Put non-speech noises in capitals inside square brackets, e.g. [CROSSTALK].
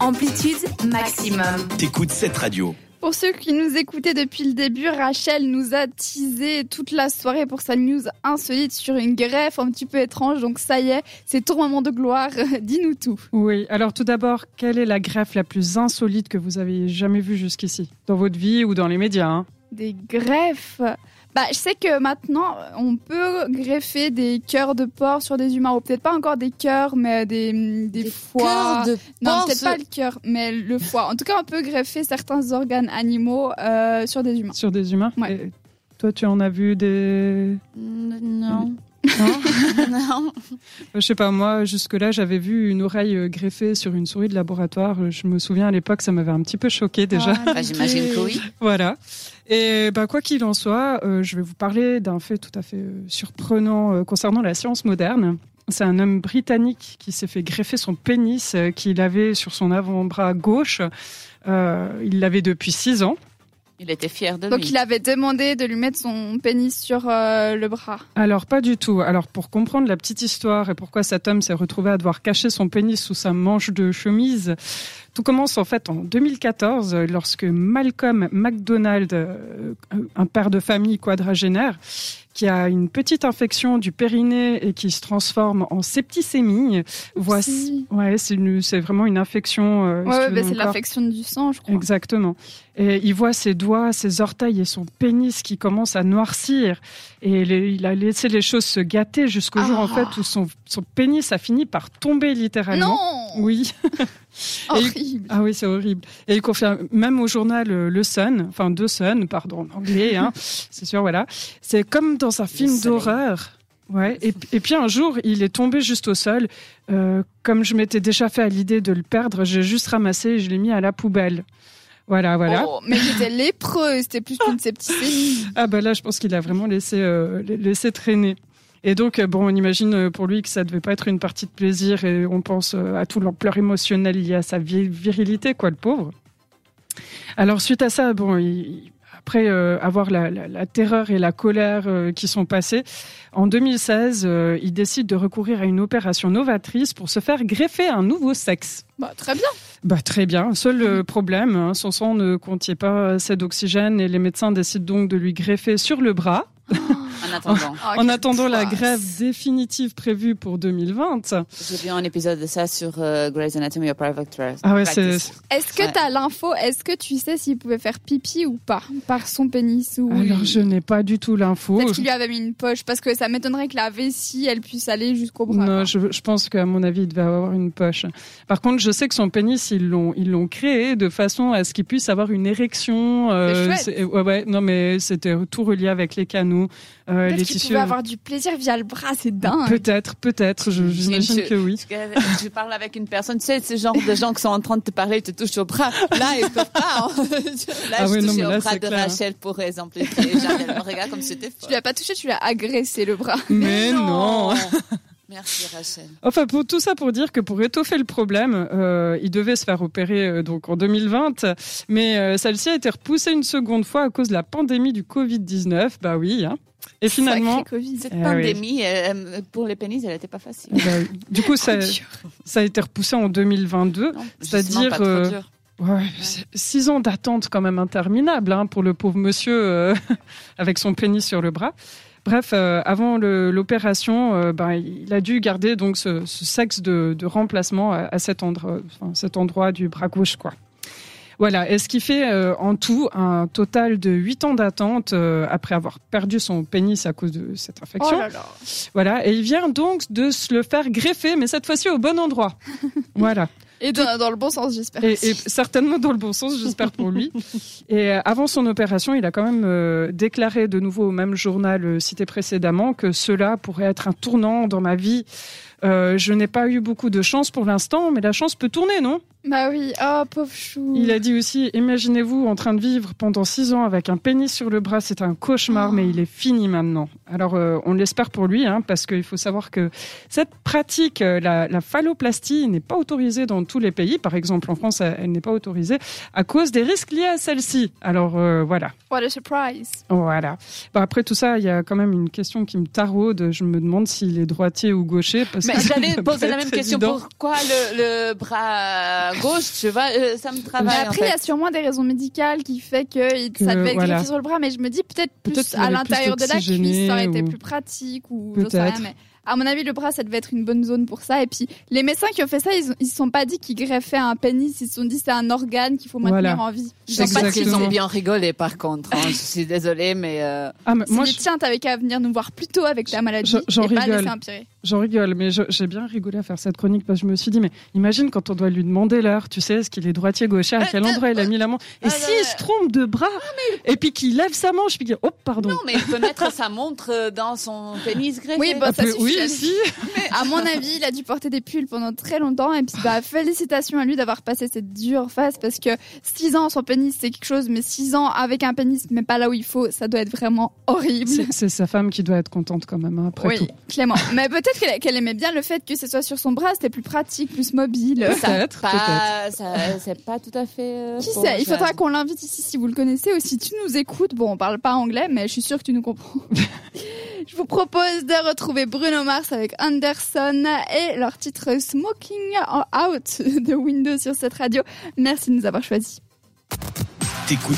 Amplitude maximum. T'écoutes cette radio. Pour ceux qui nous écoutaient depuis le début, Rachel nous a teasé toute la soirée pour sa news insolite sur une greffe un petit peu étrange. Donc ça y est, c'est ton moment de gloire. [LAUGHS] Dis-nous tout. Oui, alors tout d'abord, quelle est la greffe la plus insolite que vous avez jamais vue jusqu'ici Dans votre vie ou dans les médias hein Des greffes bah, je sais que maintenant, on peut greffer des cœurs de porc sur des humains, ou peut-être pas encore des cœurs, mais des, des, Des foies. cœurs de Non, porc, peut-être ce- pas le cœur, mais le foie. En tout cas, on peut greffer certains organes animaux euh, sur des humains. Sur des humains Ouais. Et Toi, tu en as vu des. euh, Non. Non non. Je sais pas, moi, jusque-là, j'avais vu une oreille euh, greffée sur une souris de laboratoire. Euh, Je me souviens à l'époque, ça m'avait un petit peu choqué déjà. Ah, Bah, Enfin, Bah, j'imagine ok. que oui. [LAUGHS] Voilà. Et bah, quoi qu'il en soit, euh, je vais vous parler d'un fait tout à fait euh, surprenant euh, concernant la science moderne. C'est un homme britannique qui s'est fait greffer son pénis euh, qu'il avait sur son avant-bras gauche. Euh, il l'avait depuis six ans. Il était fier de Donc lui. il avait demandé de lui mettre son pénis sur euh, le bras. Alors pas du tout. Alors pour comprendre la petite histoire et pourquoi cet homme s'est retrouvé à devoir cacher son pénis sous sa manche de chemise, tout commence en fait en 2014 euh, lorsque Malcolm MacDonald, euh, un père de famille quadragénaire, qui a une petite infection du périnée et qui se transforme en septicémie, voit Si. ouais c'est une- c'est vraiment une infection. Ouais, euh, si tu ouais, veux, bah, dans c'est le corps. l'affection du sang, je crois. Exactement. Et il voit ses doigts, ses orteils et son pénis qui commencent à noircir. Et les- il a laissé les choses se gâter jusqu'au jour Ah. en fait où son, son pénis a fini par tomber littéralement. Non Oui. [LAUGHS] Horrible. Ah oui, c'est horrible. Et il confirme même au journal euh, Le Sun, enfin The Sun, pardon, en [LAUGHS] anglais, hein, c'est sûr, voilà. C'est comme dans un film Soleil. d'horreur. Ouais. Et, et puis un jour, il est tombé juste au sol. Euh, comme je m'étais déjà fait à l'idée de le perdre, j'ai juste ramassé et je l'ai mis à la poubelle. Voilà, voilà. Oh, mais il était lépreux, c'était plus qu'une [LAUGHS] septicémie. Ah bah là, je pense qu'il a vraiment laissé, euh, la- laissé traîner. Et donc, euh, bon, on imagine euh, pour lui que ça devait pas être une partie de plaisir et on pense euh, à toute l'ampleur émotionnelle liée à sa vi- virilité, quoi, le pauvre. Alors, suite à ça, bon, il- après euh, avoir la, la- la terreur et la colère euh, qui sont passées, en 2016, euh, il décide de recourir à une opération novatrice pour se faire greffer un nouveau sexe. Bah, très bien. Bah, très bien. Seul euh, problème, hein, son sang ne contient pas assez d'oxygène et les médecins décident donc de lui greffer sur le bras. En attendant, Ah, en quelle attendant la classe. grève définitive prévue pour 2020. j'ai vu un épisode de ça sur euh, Grey's Anatomy ou Private Practice. Bah, Ah ouais, c'est- Est-ce que Ouais. t'as l'info Est-ce que tu sais s'il pouvait faire pipi ou pas par son pénis ou Alors je n'ai pas du tout l'info. Peut-être qu'il lui avait mis une poche parce que ça m'étonnerait que la vessie elle puisse aller jusqu'au bras. Non, je, je pense qu'à mon avis, il devait avoir une poche. Par contre, je sais que son pénis, ils l'ont, ils l'ont créé de façon à ce qu'il puisse avoir une érection. euh, chouette. c'est- ouais, ouais, non, mais c'était tout relié avec les canaux, euh, Peut-être les qu'il tissus. pouvait avoir hein. du plaisir via le bras, c'est dingue. Peut-être, peut-être. je- J'imagine Monsieur- que oui. Parce que Je parle avec une personne, tu sais, ce genre de gens qui sont en train de te parler, ils te touchent au bras. Là, ils peuvent pas. hein. Là, Ah je oui, non, touchais mais là, au bras c'est de clair. Rachel pour exemplifier. Genre, elle me regarde comme si c'était Tu fort. lui as pas touché, tu l'as agressé le bras. Mais non. Merci Rachel. Enfin, pour tout ça pour dire que pour étoffer le problème, euh, il devait se faire opérer euh, donc en 2020, mais euh, celle-ci a été repoussée une seconde fois à cause de la pandémie du Covid-19. Bah oui. hein. Et finalement, Sacré Covid. Cette Eh oui. pandémie, euh, pour les pénis, elle n'était pas facile. bah, du coup, ça, ça a été repoussé en 2022. Non, C'est-à-dire, justement, pas trop euh, dur. Ouais, c'est six ans d'attente quand même interminable hein, pour le pauvre monsieur euh, [LAUGHS] avec son pénis sur le bras. Bref, euh, avant le- l'opération, euh, ben, il a dû garder donc ce, ce sexe de, de remplacement à, à cet, endroit, enfin, cet endroit du bras gauche, quoi. Voilà, et ce qui fait euh, en tout un total de huit ans d'attente euh, après avoir perdu son pénis à cause de cette Oh infection. là là. Voilà, et il vient donc de se le faire greffer, mais cette fois-ci au [LAUGHS] bon endroit. voilà. Et dans, dans le bon sens, j'espère. Et, et certainement dans le bon sens, j'espère pour lui. Et euh, avant son opération, il a quand même euh, déclaré de nouveau au même journal euh, cité précédemment que cela pourrait être un tournant dans ma vie. Euh, je n'ai pas eu beaucoup de chance pour l'instant, mais la chance peut tourner, non Bah oui, oh pauvre chou. Il a dit aussi, imaginez-vous en train de vivre pendant six ans avec un pénis sur le bras, c'est un cauchemar, mais il est fini maintenant. Alors euh, on l'espère pour lui, hein, parce qu'il faut savoir que cette pratique, euh, la, la phalloplastie, n'est pas autorisée dans tous les pays. Par exemple, en France, elle, elle n'est pas autorisée à cause des risques liés à celle-ci. Alors euh, voilà. What a surprise. Voilà. Bah, après tout ça, il y a quand même une question qui me taraude. Je me demande s'il est droitier ou gaucher. Parce Mais que ça j'allais doit pas poser la être même question. évident. Pourquoi le, le bras à gauche, tu vois, euh, ça me Mais travaille. en Bah, après, il y fait. a sûrement des raisons médicales qui fait que il- ça Que, devait être voilà. greffé sur le bras, mais je me dis peut-être plus Peut-être qu'il à avait plus l'intérieur de la oxygéné cuisse, ça aurait été ou- plus pratique ou j'en sais rien. Peut-être. Mais à mon avis, le bras, ça devait être une bonne zone pour ça. Et puis, les médecins qui ont fait ça, ils ne se sont pas dit qu'ils greffaient un pénis, ils se sont dit c'est un organe qu'il faut maintenir Voilà. en vie. Je sais pas s'ils Exactement. ont bien rigolé par contre. hein. Je suis désolée, mais euh, Ah, mais Moi, moi, dit, je- tiens, t'avais qu'à venir nous voir plus tôt avec la maladie je- j'en et pas laisser rigole. empirer. j'en rigole, mais je- j'ai bien rigolé à faire cette chronique parce que je me suis dit, mais imagine quand on doit lui demander l'heure, tu sais, est-ce qu'il est droitier, gaucher, Eh, à quel endroit il a mis la main Et Ah, s'il non, mais- se trompe de bras, Ah, et puis qu'il lève sa manche, puis qu'il oh, pardon. non, mais il peut mettre sa montre euh, dans son pénis greffé. Oui, bah, ça Peu- suffit. Ah, oui, si. À mon avis, il a dû porter des pulls pendant très longtemps. Et puis, bah, félicitations à lui d'avoir passé cette dure phase parce que 6 ans sans pénis, c'est quelque chose, mais 6 ans avec un pénis, mais pas là où il faut, ça doit être vraiment horrible. C'est c'est sa femme qui doit être contente quand même, hein, après Oui, tout. Clément. Mais peut-être qu'elle qu'elle aimait bien le fait que ce soit sur son bras, c'était plus pratique, plus mobile. Ça Peut-être, pas- ça- c'est pas tout à fait. euh, Qui faux, sait Il je- faudra qu'on l'invite ici si vous le connaissez ou si tu nous écoutes. Bon, on parle pas anglais, mais je suis sûre que tu nous [LAUGHS] comprends. je vous propose de retrouver Bruno Mars avec Anderson et leur titre Smoking Out de Windows sur cette radio. Merci de nous avoir choisis. T'écoutes